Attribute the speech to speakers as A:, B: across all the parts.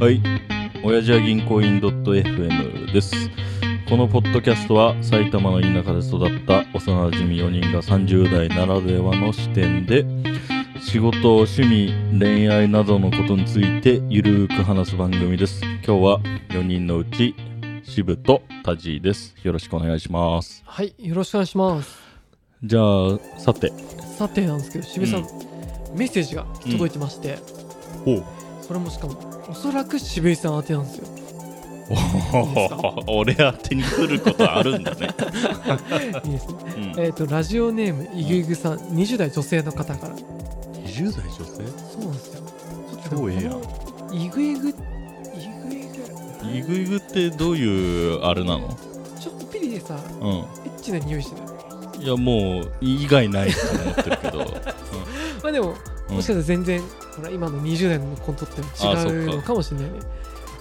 A: はい。親父は銀行員 .fm です。このポッドキャストは埼玉の田舎で育った幼馴染4人が30代ならではの視点で仕事、趣味、恋愛などのことについてゆるーく話す番組です。今日は4人のうち渋とタジーです。よろしくお願いします。
B: はい、よろしくお願いします。
A: じゃあ、さて。
B: さてなんですけど、渋井さん、メッセージが届いてまして、
A: おう
B: それもしかも、おそらく渋井さん宛てなんですよ。
A: 俺宛てに来ることあるんだね。
B: いいですね。
A: うん、
B: えっ、と、ラジオネーム、イグイグさん、20代女性の方か
A: 20
B: ら。
A: 代女性
B: そうなんですよ。
A: 超ええやん
B: ん。イグイグ、イグイグ、
A: イグイグってどういうあれなの
B: ちょっぴりでさ、
A: う
B: エッチな匂いしてない。
A: ん。いや、もう、以外ないと思ってるけ ど。
B: まあでも、
A: うん
B: もしかしたら全然、ほら、今の20代の子にとっても
A: あそっ
B: 違う
A: か
B: のかもしれないね。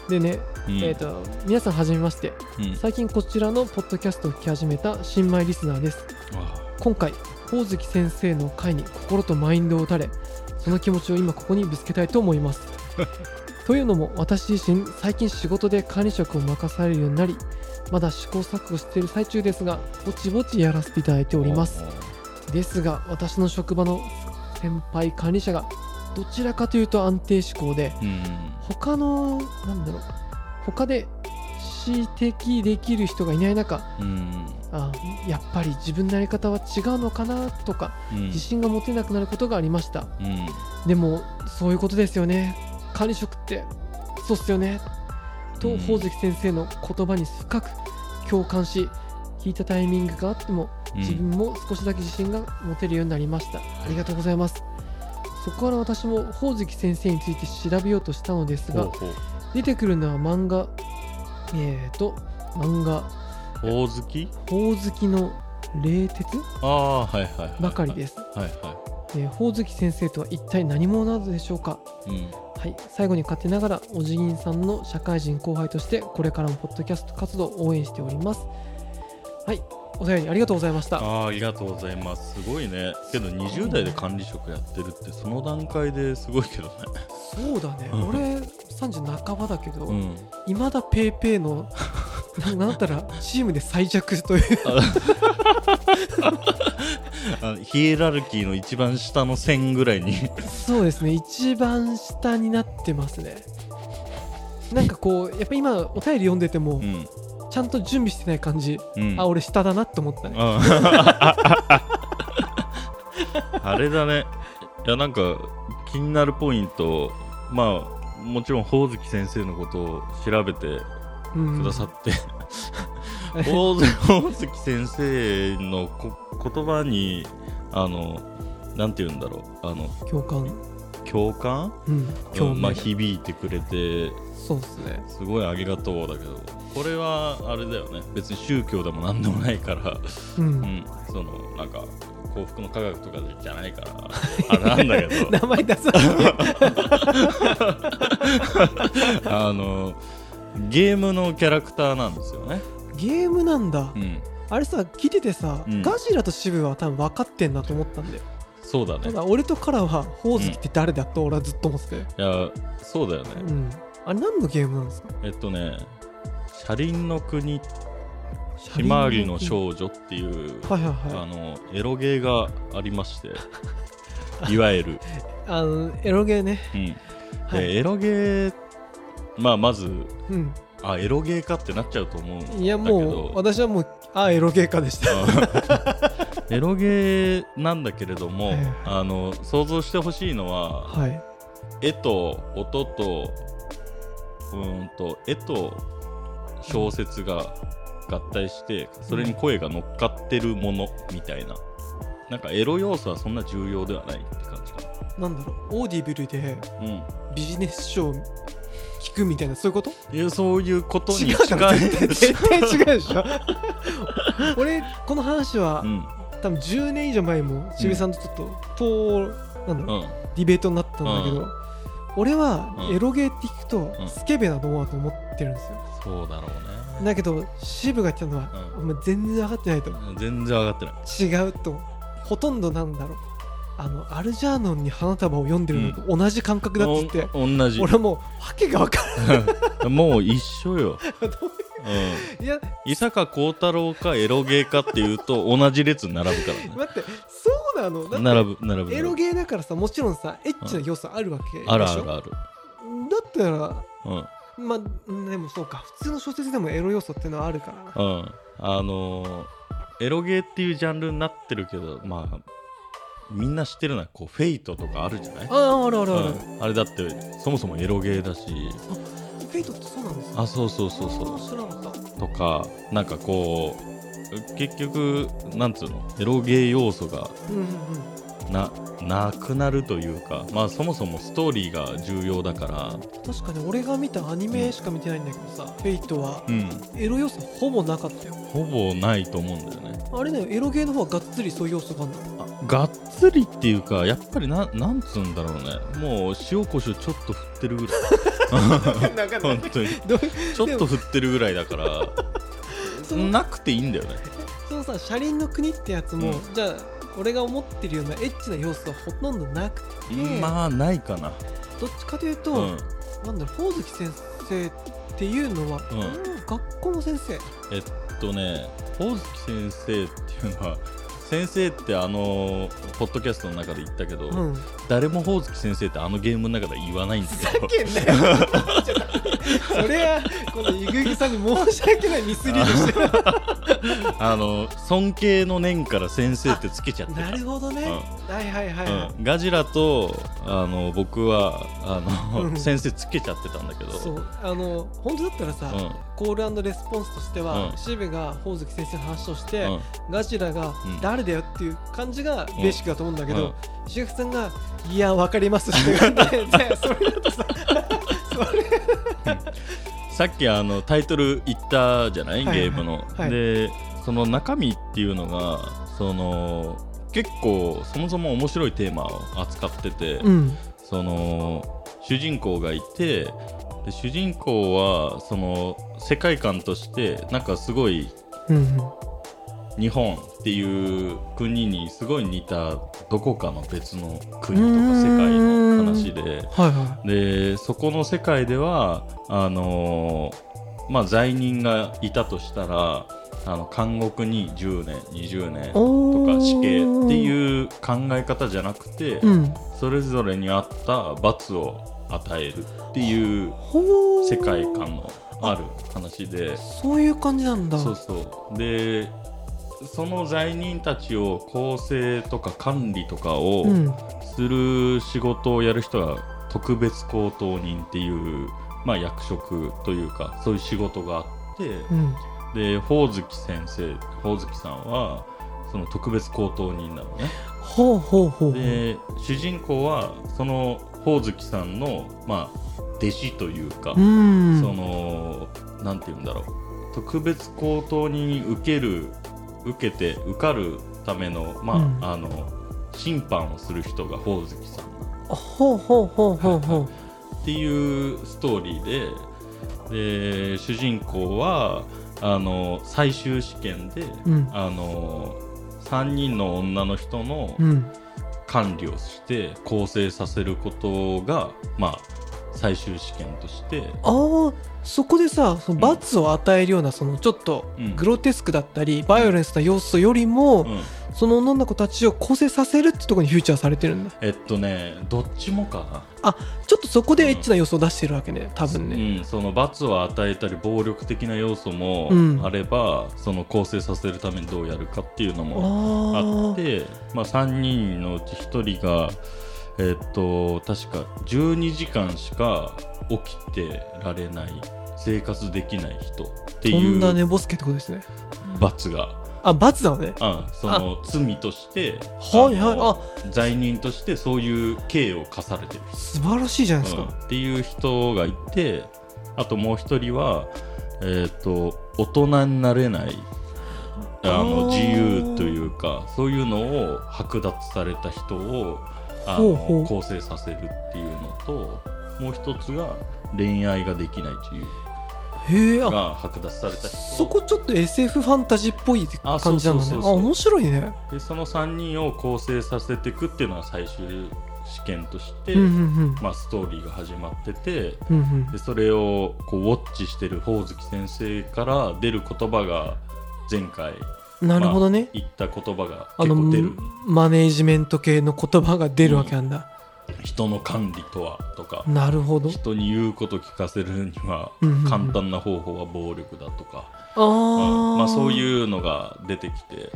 B: でね、
A: うん
B: えっ、と、皆さんはじめまして、
A: うん
B: 最近こちらのポッドキャストを聞き始めた新米リスナーです。
A: あ
B: 今回ほおずき先生の回に心とマインドを打たれその気持ちを今ここにぶつけたいと思いますというのも私自身最近仕事で管理職を任されるようになりまだ試行錯誤している最中ですがぼちぼちやらせていただいております。ですが私の職場の先輩管理者がどちらかというと安定志向で
A: うん。
B: 他のなんだろう他で指摘できる人がいない中
A: うん。
B: あやっぱり自分のやり方は違うのかなとか
A: うん
B: 自信が持てなくなることがありました
A: うん。
B: でもそういうことですよね管理職ってそうっすよね
A: う
B: と
A: ん
B: 宝月先生の言葉に深く共感し聞いたタイミングがあっても
A: うん
B: 自分も少しだけ自信が持てるようになりました、ありがとうございますそこから私も宝月先生について調べようとしたのです
A: ほう
B: が
A: ほう。
B: 出てくるのは漫画えーと漫画
A: ほおずき
B: 「宝月の冷徹
A: ああ、はいはいはい。」
B: ばかりです、
A: はいは
B: えー、宝月先生とは一体何者なのでしょうか
A: い。うん。
B: はい、最後に勝手ながらおじぎんさんの社会人後輩としてこれからもポッドキャスト活動を応援しておりますはいお便りありがとうございました
A: ああ、ありがとうございます。すごいね。けど、20代で管理職やってるって、その段階ですごいけどね。
B: そうだね
A: うん
B: 俺30半ばだけど、
A: ん。
B: いまだペーペーのな なんだったらチームで最弱という
A: あのヒエラルキーの一番下の線ぐらいに。
B: そうですね一番下になってますねなんかこうやっぱ今お便り読んでても、
A: うん。
B: ちゃんと準備してない感じ、
A: うん。
B: あ俺下だなって思ったね
A: うん あれだね。いや、なんか気になるポイント、まあ、もちろん、ほおずき先生のことを調べて
B: うん
A: くださって、
B: うん
A: ほおず ほおずき先生のこ言葉に、あの、なんて言うんだろう、あの、
B: 共感
A: 共感
B: うん
A: う
B: 共
A: ん
B: 鳴
A: まあ、響いてくれて、
B: そうですね
A: すごいありがとうだけど、これはあれだよね。別に宗教でもなんでもないから。
B: うん
A: うん、そのなんか幸福の科学とかじゃないからあれ なんだけど
B: 名前出さない
A: あのゲームのキャラクターなんですよね、
B: ゲームなんだ、
A: うん、
B: あれさ聞いててさ、
A: うん
B: ガジラとシブは多分分かってんだと思ったんだよ
A: そうだね
B: ただ俺とカラはホオズキって誰だと俺はずっと思ってて
A: いやそうだよね
B: うん、あれ何のゲームなんですか
A: えっとね「車輪の国ひまわりの少女」っていう、
B: はいはい
A: あ
B: はい
A: のエロゲーがありましていわゆ る、
B: あのエロゲーね
A: うん
B: は
A: で
B: い、
A: エロゲーまあまず
B: うん、
A: あエロゲーかってなっちゃうと思うんだけど
B: いやもう私はもうあエロゲーかでした
A: うんエロゲーなんだけれども、
B: はい
A: あの想像してほしいのは、
B: はい
A: 絵と音とうーんと絵と小説が合体してそれに声が乗っかってるものみたいななんかエロ要素はそんな重要ではないって感じか
B: なんだろうオーディブルで
A: な、う
B: ビジネス書を聞くみたいなそういうこと
A: ん、いやそういうことに
B: 違う
A: 近
B: だろ
A: い
B: 絶対違うで しょ俺この話は、
A: うん
B: 多分10年以上前も渋井さんとちょっと、となんだ
A: う
B: ろうんディベートになったんだけど、俺は
A: うん
B: エロゲーって聞くと、
A: うん
B: スケベなと思うと思ってるんですよ
A: そうだろうね
B: だけど渋が言ってたのは、
A: う
B: お前全然分かってないと
A: 全然上がってない
B: 違うとほとんどなんだろうあのアルジャーノンに花束を読んでるのと同じ感覚だっつって、
A: お同じ
B: 俺もう訳が分か
A: もう一緒よ、
B: らない
A: うん、
B: いや
A: 伊坂幸太郎かエロゲーかっていうと同じ列に並ぶからね
B: 待ってそうなのだって
A: 並ぶ並ぶ
B: エロゲーだからさもちろんさエッチな要素あるわけでしょ
A: あるあるある、
B: だったら
A: うん
B: まあでもそうか普通の小説でもエロ要素ってのはあるからな
A: うん、あのーエロゲーっていうジャンルになってるけどまあみんな知ってるのはこうフェイトとかあるじゃない
B: ああるあるある、
A: うん、あれだってそもそもエロゲーだし
B: フェイトってそうなんです
A: あそうそうそう
B: あ
A: そ
B: ー知らなかった
A: うとかなんかこう結局なんつうのエロゲー要素が
B: うんうん
A: ななくなるというかまあそもそもストーリーが重要だから
B: うん確かに俺が見たアニメしか見てないんだけどさフェイトは
A: うん
B: エロ要素ほぼなかったよ
A: ほぼないと思うんだよね
B: あれだよエロゲーの方はがっつりそういう要素があるの
A: あがっつりっていうかやっぱりななんつうんだろうねもう塩コショウちょっと振ってるぐらい
B: なんか
A: 本当に
B: どう
A: ちょっと振ってるぐらいだから
B: その
A: なくていいんだよね
B: そのさ車輪の国ってやつも、
A: う
B: じゃあ俺が思ってるようなエッチな要素はほとんどなくて、
A: まあないかな
B: どっちかというと、
A: うん
B: なんだろうほおずき先生っていうのは、
A: うん
B: うん学校の先生
A: えっとね大月先生っていうのは先生ってあのポッドキャストの中で言ったけど、
B: うん
A: 誰も大月先生ってあのゲームの中では言わないんですよ
B: けんなよそれはこのイグイグさんに申し訳ないミスリードしてる
A: あの尊敬の念から先生ってつけちゃって
B: な
A: た
B: るほどね、はいはいはい、は
A: うん、ガジラとあの僕はあ
B: う
A: の
B: ん
A: 先生つけちゃってたんだけど
B: いそうあの本当だったらさ、
A: う
B: コールレスポンスとしては、
A: うん
B: シベがほおずき先生の話をして、
A: んうん
B: ガジラが
A: うん
B: 誰だよっていう感じがベーシックだと思うんだけ
A: うん
B: ど、シュウさんが「いやわかります」って言ってでそ れだとさそれ
A: さっきあのタイトル言ったじゃない、
B: はいはい
A: ゲームの、
B: はい
A: でその中身っていうのがその結構そもそも面白いテーマを扱ってて、
B: うん
A: その主人公がいてで主人公はその世界観としてなんかすごい
B: うん
A: 日本っていう国にすごい似たどこかの別の国と
B: う
A: か
B: ーん
A: 世界の話で
B: はいは
A: でそこの世界ではあのーまあ、罪人がいたとしたらあの監獄に10年20年と
B: お
A: か
B: ー
A: 死刑っていう考え方じゃなくて、
B: うん
A: それぞれに合った罰を与えるっていう
B: ほー
A: 世界観のある話で。
B: そういう感じなんだ
A: そうそうでその罪人たちを構成とか管理とかを
B: うん
A: する仕事をやる人は特別高等人っていう、まあ、役職というかそういう仕事があって、
B: うん
A: でほおずき先生ほおずきさんはその特別高等人なのね
B: ほうほうほうほう
A: で主人公はそのほおずきさんの、まあ、弟子というか、
B: うん
A: そのなんて言うんだろう特別高等に受ける受けて受かるためのまあ、
B: うん
A: あの審判をする人がほおずきさん
B: ほうほうほうほうほう
A: っていうストーリーでで主人公はあの最終試験で、
B: うん
A: あの3人の女の人の
B: うん
A: 管理をして構成させることが、まあ、最終試験として
B: あーそこでさその罰を与えるような、そのちょっと
A: うん
B: グロテスクだったり、バイオレンスな要素よりも、
A: うん
B: その女の子たちを構成させるってとこにフューチャーされてるんだ
A: えっとねどっちもかな
B: ちょっとそこでエッチな要素を出してるわけね多分ね、
A: うん、その罰を与えたり暴力的な要素も
B: うん
A: あれば、その構成させるためにどうやるかっていうのも
B: あ
A: あ
B: あ
A: ってまあ、3人のうち1人が、えっと確か12時間しか起きてられない生活できない人って
B: と
A: い
B: んだ
A: う
B: 寝ぼすけってことですね
A: 罰が、
B: あ罰なのね
A: うん、その罪として
B: はい
A: あの
B: は
A: 罪人としてそういう刑を課されてる人
B: いあ素晴らしいじゃないです
A: うん
B: か、
A: っていう人がいてあともう一人は、えー、と大人になれないあの
B: あー
A: 自由というかそういうのを剥奪された人をあ
B: ほ
A: の
B: うほう
A: 構成させるっていうのともう一つが恋愛ができない自由
B: へえあ
A: が剥奪された人
B: そこちょっと SF ファンタジーっぽい
A: あ
B: 感じなんだね
A: そうそうそう
B: あ
A: そう
B: 面白いね
A: でその3人を構成させていくっていうのは最終試験として、
B: うんうん
A: まあ、ストーリーが始まってて
B: うんうん
A: でそれをこうウォッチしてるほおずき先生から出る言葉が前回
B: うんなるほどね、
A: 言った言葉が
B: あ
A: 結
B: の
A: 構出る
B: マネージメント系の言葉が出るわけなんだ、
A: 人の管理とはとか
B: なるほど
A: 人に言うこと聞かせるには
B: うんうんうん
A: 簡単な方法は暴力だとか、
B: あー、
A: うんまあ、そういうのが出てきて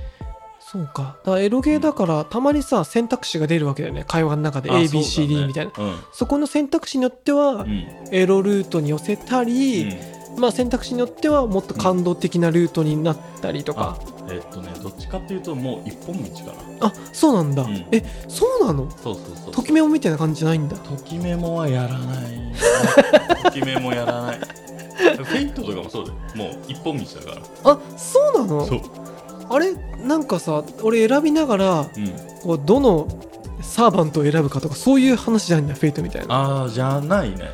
B: そうかだからエロゲーだから、たまにさ選択肢が出るわけだよね会話の中で
A: あそうだ
B: ABCD
A: ね
B: みたいなそ,、
A: うん
B: この選択肢によっては、
A: うん
B: エロルートに寄せた
A: う
B: り、
A: ん
B: まあ、選択肢によってはもっと感動的なルートになったりとか、
A: えっとねどっちかっていうともう一本道かな
B: あそうなんだ、
A: うん
B: えそうなの
A: そうそうそう
B: ときめもみたいな感じじゃないんだ
A: ときメモはやらないときメモやらないフェイトとかもそうだよもう一本道だか
B: あそうな
A: らそ
B: の
A: う、
B: あれなんかさ俺選びながら
A: うん、
B: こうどのサーバントを選ぶかとかそういう話じゃないんだフェイトみたいなあ
A: ああじゃないね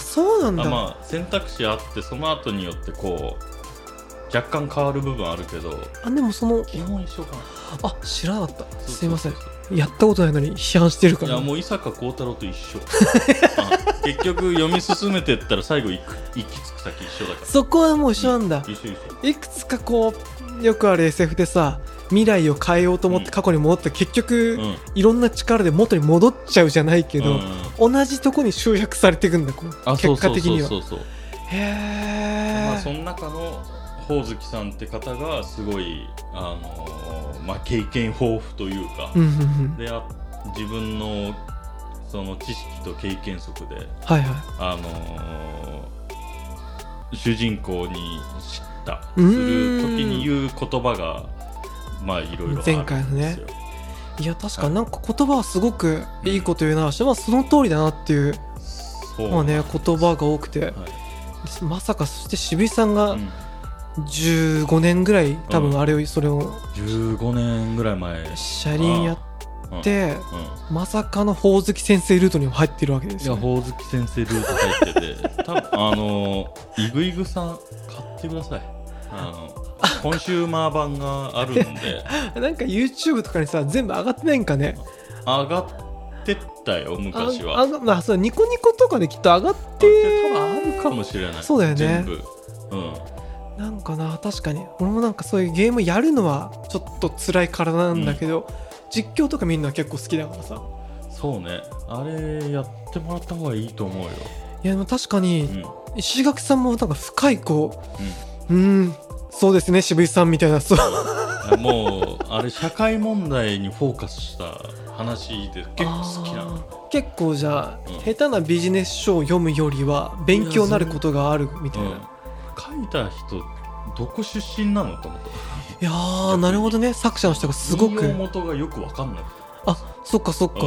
B: そうなん
A: あ
B: だ、
A: まあ選択肢あってその後によってこう若干変わる部分あるけど
B: あでもその
A: 基本一緒かな
B: あ知らなかった
A: そう
B: すいません
A: そうそう
B: やったことないのに批判してるか
A: い
B: ら
A: やもう伊坂幸太郎と一緒あ結局読み進めてったら最後行く行き着く先一緒だか
B: そこはもう一緒なんだ
A: ら一緒一緒
B: いくつかこうよくある SF でさ未来を変えようと思って過去に戻って結局、
A: うん
B: いろんな力で元に戻っちゃうじゃないけど、
A: うん
B: 同じとこに集約されていくんだこう
A: あ
B: 結果的には
A: そうそうそうそうまあ、
B: へ
A: その中のほおずきさんって方がすごい、あのーまあ、経験豊富というか、
B: えうんうんうん
A: であ自分のその知識と経験則で、
B: はいは
A: あのー主人公に知ったす
B: うーん
A: る時に言う言葉がまあいろいろあ
B: 前回
A: る
B: の
A: んで
B: ね
A: すよ。
B: いいや確かなんか言葉はすごくいいこと言うなして、まあ、その通りだなっていう、
A: そう
B: まあ
A: なん
B: ね
A: です、
B: 言葉が多く
A: は
B: て
A: い
B: まさかそして渋井さんが
A: うん
B: 15年ぐらい多
A: う
B: 分
A: ん
B: あれをそれを
A: 15年ぐらい前、うん
B: 車輪やってまさかのほおずき先生ルートにも入ってるわけで
A: い
B: す
A: や、
B: よ、ね、
A: ほおずき先生ルート入ってて、多分あのー、イグイグさん、買ってください。あの、コンシューマー版があるんで、
B: なんか YouTube とかにさ全部上がってないんかね
A: 上がってったよ、
B: あ
A: 昔は。
B: あがまあそうニコニコとかできっと上がっ
A: 多
B: て
A: 分あるかもしれない。
B: そうだよね
A: 全部。うん。
B: なんかな確かに俺もなんかそういうゲームやるのはちょっと辛い体なんだけど、実況とか見るのは結構好きだからさ
A: そうね。あれ、やってもらった方がいいと思うよ。
B: いやでも確か
A: うん。
B: に
A: うん。
B: 石垣さんもなんか深いこううーんそうですね渋井さんみたいなそう
A: いやもう、あれ、社会問題にフォーカスした話で結構好きなの。
B: あー結構じゃあ、
A: うん
B: 下手なビジネス書を読むよりは勉強になることがあるみたいな、い
A: うん。書いた人、どこ出身なのと思った。
B: やーなるほどね作者の人がすごく
A: 引用元がよくわかんなくて
B: あそっかそっか、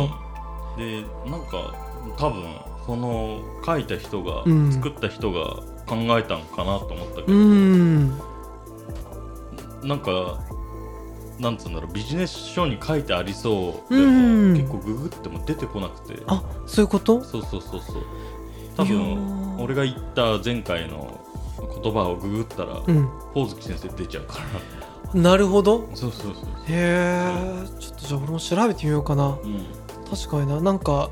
A: でなんか多分その書いた人が、
B: うん
A: 作った人が考えたんかなと思ったけ
B: う
A: ど、
B: ーん
A: なんかなんつうんだろうビジネス書に書いてありそうでも、
B: うん
A: 結構ググっても出てこなくて
B: あそういうこと
A: そうそうそうそう多
B: いやー
A: 分俺が言った前回の言葉をググったら、ほ
B: う
A: お
B: ん
A: ほ月先生出ちゃうか
B: なるほど
A: らそうそうそう、
B: へえちょっとじゃあ俺も調べてみようかな
A: うん、
B: 確かにななんか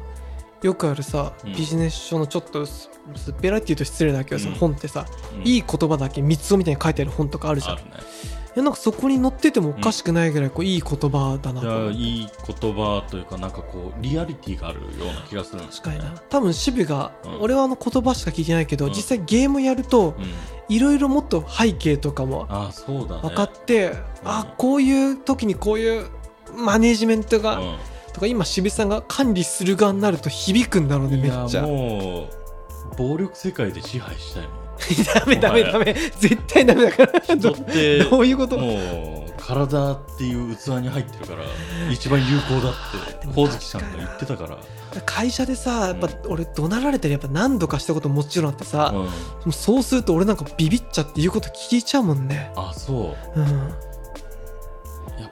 B: よくあるさ、
A: うん
B: ビジネス書のちょっと薄薄っぺらいって言うと失礼だけどさ、
A: うん
B: 本ってさ、
A: うん
B: いい言葉だけ三つみたいに書いてある本とかあるじゃ
A: あ
B: んい
A: るね
B: やなんかそこに載っててもおかしくないぐらいこういい言葉だなと
A: じ
B: 思
A: ゃ
B: う、
A: あいい言葉というかなんかこうリアリティがあるような気がするんです
B: 確かにな多分渋が、
A: うん
B: 俺はあの言葉しか聞いてないけど、
A: うん
B: 実際ゲームやると
A: うん、
B: いろいろもっと背景とかも
A: ああそうだね
B: 分かって、あこういう時にこういうマネージメントが、とか今渋さんが管理する側になると響くんだろう
A: う
B: ね
A: ん、い
B: めっ
A: や
B: ちゃ。
A: もう暴力世界で支配したいもん
B: ダメダメダメ絶対ダメだから
A: 人
B: ど
A: って
B: どういうこと
A: もう体っていう器に入ってるから一番有効だってほおずきさんが言ってたから
B: 会社でさやっぱ
A: う
B: 俺怒鳴られたりやっぱ何度かしたこともちろんあってさ、
A: うん、
B: もうそうすると俺なんかビビっちゃって言うこと聞いちゃうもんね
A: あそう
B: うん
A: やっ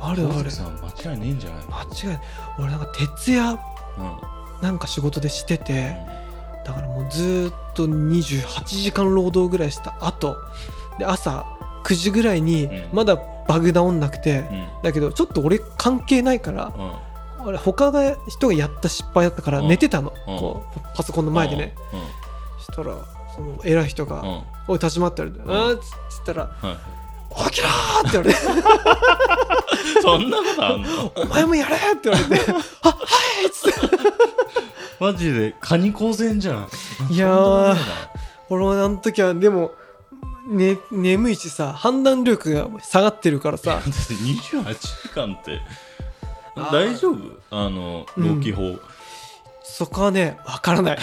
A: ぱ
B: ある
A: ほお
B: あ
A: ず
B: る
A: きさん間違いねえんじゃないの
B: 間違いない俺なんか徹夜
A: うん
B: なんか仕事でしててだからもうずーっと28時間労働ぐらいした後で朝9時ぐらいに
A: うん
B: まだバグダウンなくて、
A: うん
B: だけどちょっと俺関係ないから
A: うん
B: 俺他が人がやった失敗だったから
A: うん
B: 寝てたの、
A: うん
B: こうパソコンの前でね、
A: うん
B: したらその偉い人が
A: うんうん
B: 「おい立ち回って」言われて「あーっ」つったら
A: はい
B: 「起きろ!」って言わ れて
A: そんなことあんの
B: 「お前もやれ!」って言われて「あはい!」っつって
A: マジでカニ光線じゃん
B: いやー俺はあの時はでも、ね、眠いしさ判断力が下がってるか らさ
A: だって28時間って
B: あー
A: 大丈夫あの
B: うん
A: 老気法、
B: そこはねわからない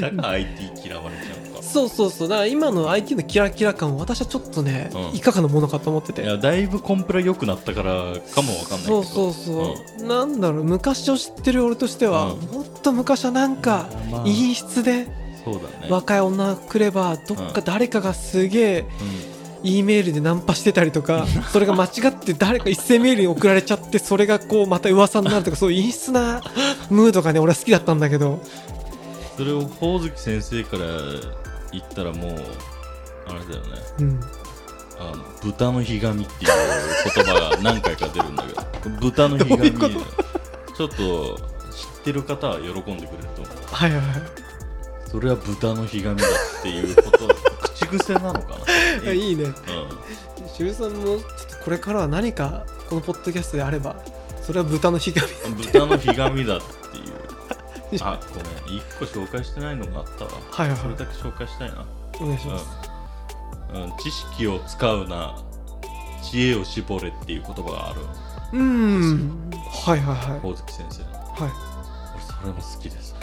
A: だから IT 嫌われちゃうのか
B: そうそうそうだから今の IT のキラキラ感を私はちょっとね、
A: うん
B: いかがなものかと思ってて
A: いやだいぶコンプラ良くなったからかもわかんないけ
B: そ
A: ど
B: うそうそう、なんだろう昔を知ってる俺としては、
A: うん
B: もっと昔はなんか、
A: まあ
B: いい質で
A: そうだね、
B: 若い女が来ればどっか誰かがすげえ
A: う
B: E メールでナンパしてたりとかそれが間違って誰か一斉メールに送られちゃってそれがこうまた噂になるとかそういう陰湿なムードがね俺は好きだったんだけど
A: ん、それをほおずき先生から言ったらもうあれだよね
B: うん
A: あの豚のひがみっていう言葉が何回か出るんだけど豚のひがみ
B: どういう
A: ちょっと知ってる方は喜んでくれると思う
B: はいはいはい
A: それは豚のひがみだっていうこと口癖なのか
B: い
A: な
B: やいいね
A: うん
B: しゅうさんもちょっとこれからは何かこのポッドキャストであればそれは豚のひがみ
A: 豚のひがみだっていう
B: は
A: あごめん一個紹介してないのがあったわ
B: いはい
A: それ
B: は
A: だけ紹介したいない
B: お願いします、
A: うん、うん、知識を使うな知恵を絞れっていう言葉がある
B: うーん。はいはいはい。
A: 大月先生の
B: はい。
A: 俺それも好きです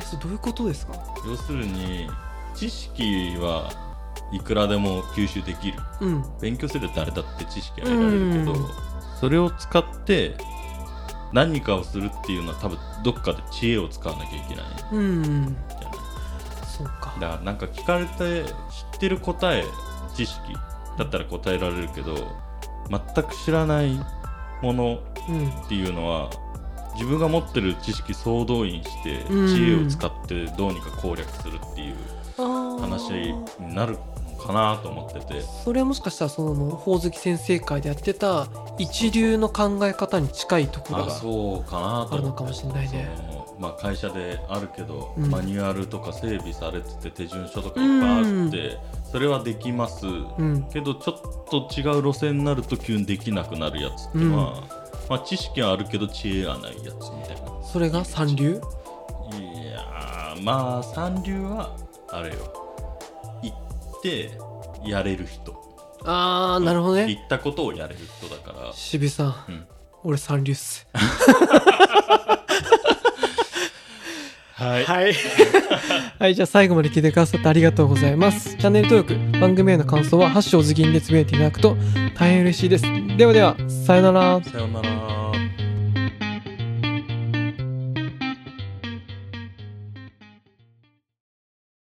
B: え、それどういうことですか
A: 要するに知識はいくらでも吸収できる
B: うん。
A: 勉強すれば誰だって知識は得られるけど、
B: うん
A: それを使って何かをするっていうのは多分どっかで知恵を使わなきゃいけないじ
B: うん。
A: ゃない
B: そうか
A: だ。からなんか聞かれて知ってる答え知識だったら答えられるけど全く知らないもの
B: うん。
A: っていうのは自分が持ってる知識総動員して
B: うん
A: 知恵を使ってどうにか攻略するっていう
B: ああ。
A: 話になるのかなと思ってて
B: それはもしかしたらそのほおずき先生会でやってた一流の考え方に近いところ
A: あ
B: が
A: そうかなと
B: ある
A: 思
B: の
A: って
B: かもしれないね。
A: そのまあ、会社であるけど、
B: うん
A: マニュアルとか整備されてて手順書とかいっぱいあって、それはできます、
B: うん。
A: けどちょっと違う路線になると急にできなくなるやつって、まあまあ、知識はあるけど知恵がないやつみたいな
B: それが三流
A: いやーまあ三流はあれよ行ってやれる人
B: ああ、なるほどね
A: 行。ったことをやれる人だから
B: 渋さん、
A: うん
B: 俺三流っす。
A: はい
B: はい。はい、じゃあ最後まで聞いてくださってありがとうございます。チャンネル登録、番組への感想は、ハッシュお辞儀でつぶやいていただくと大変嬉しいです。ではでは、さよなら。
A: さようなら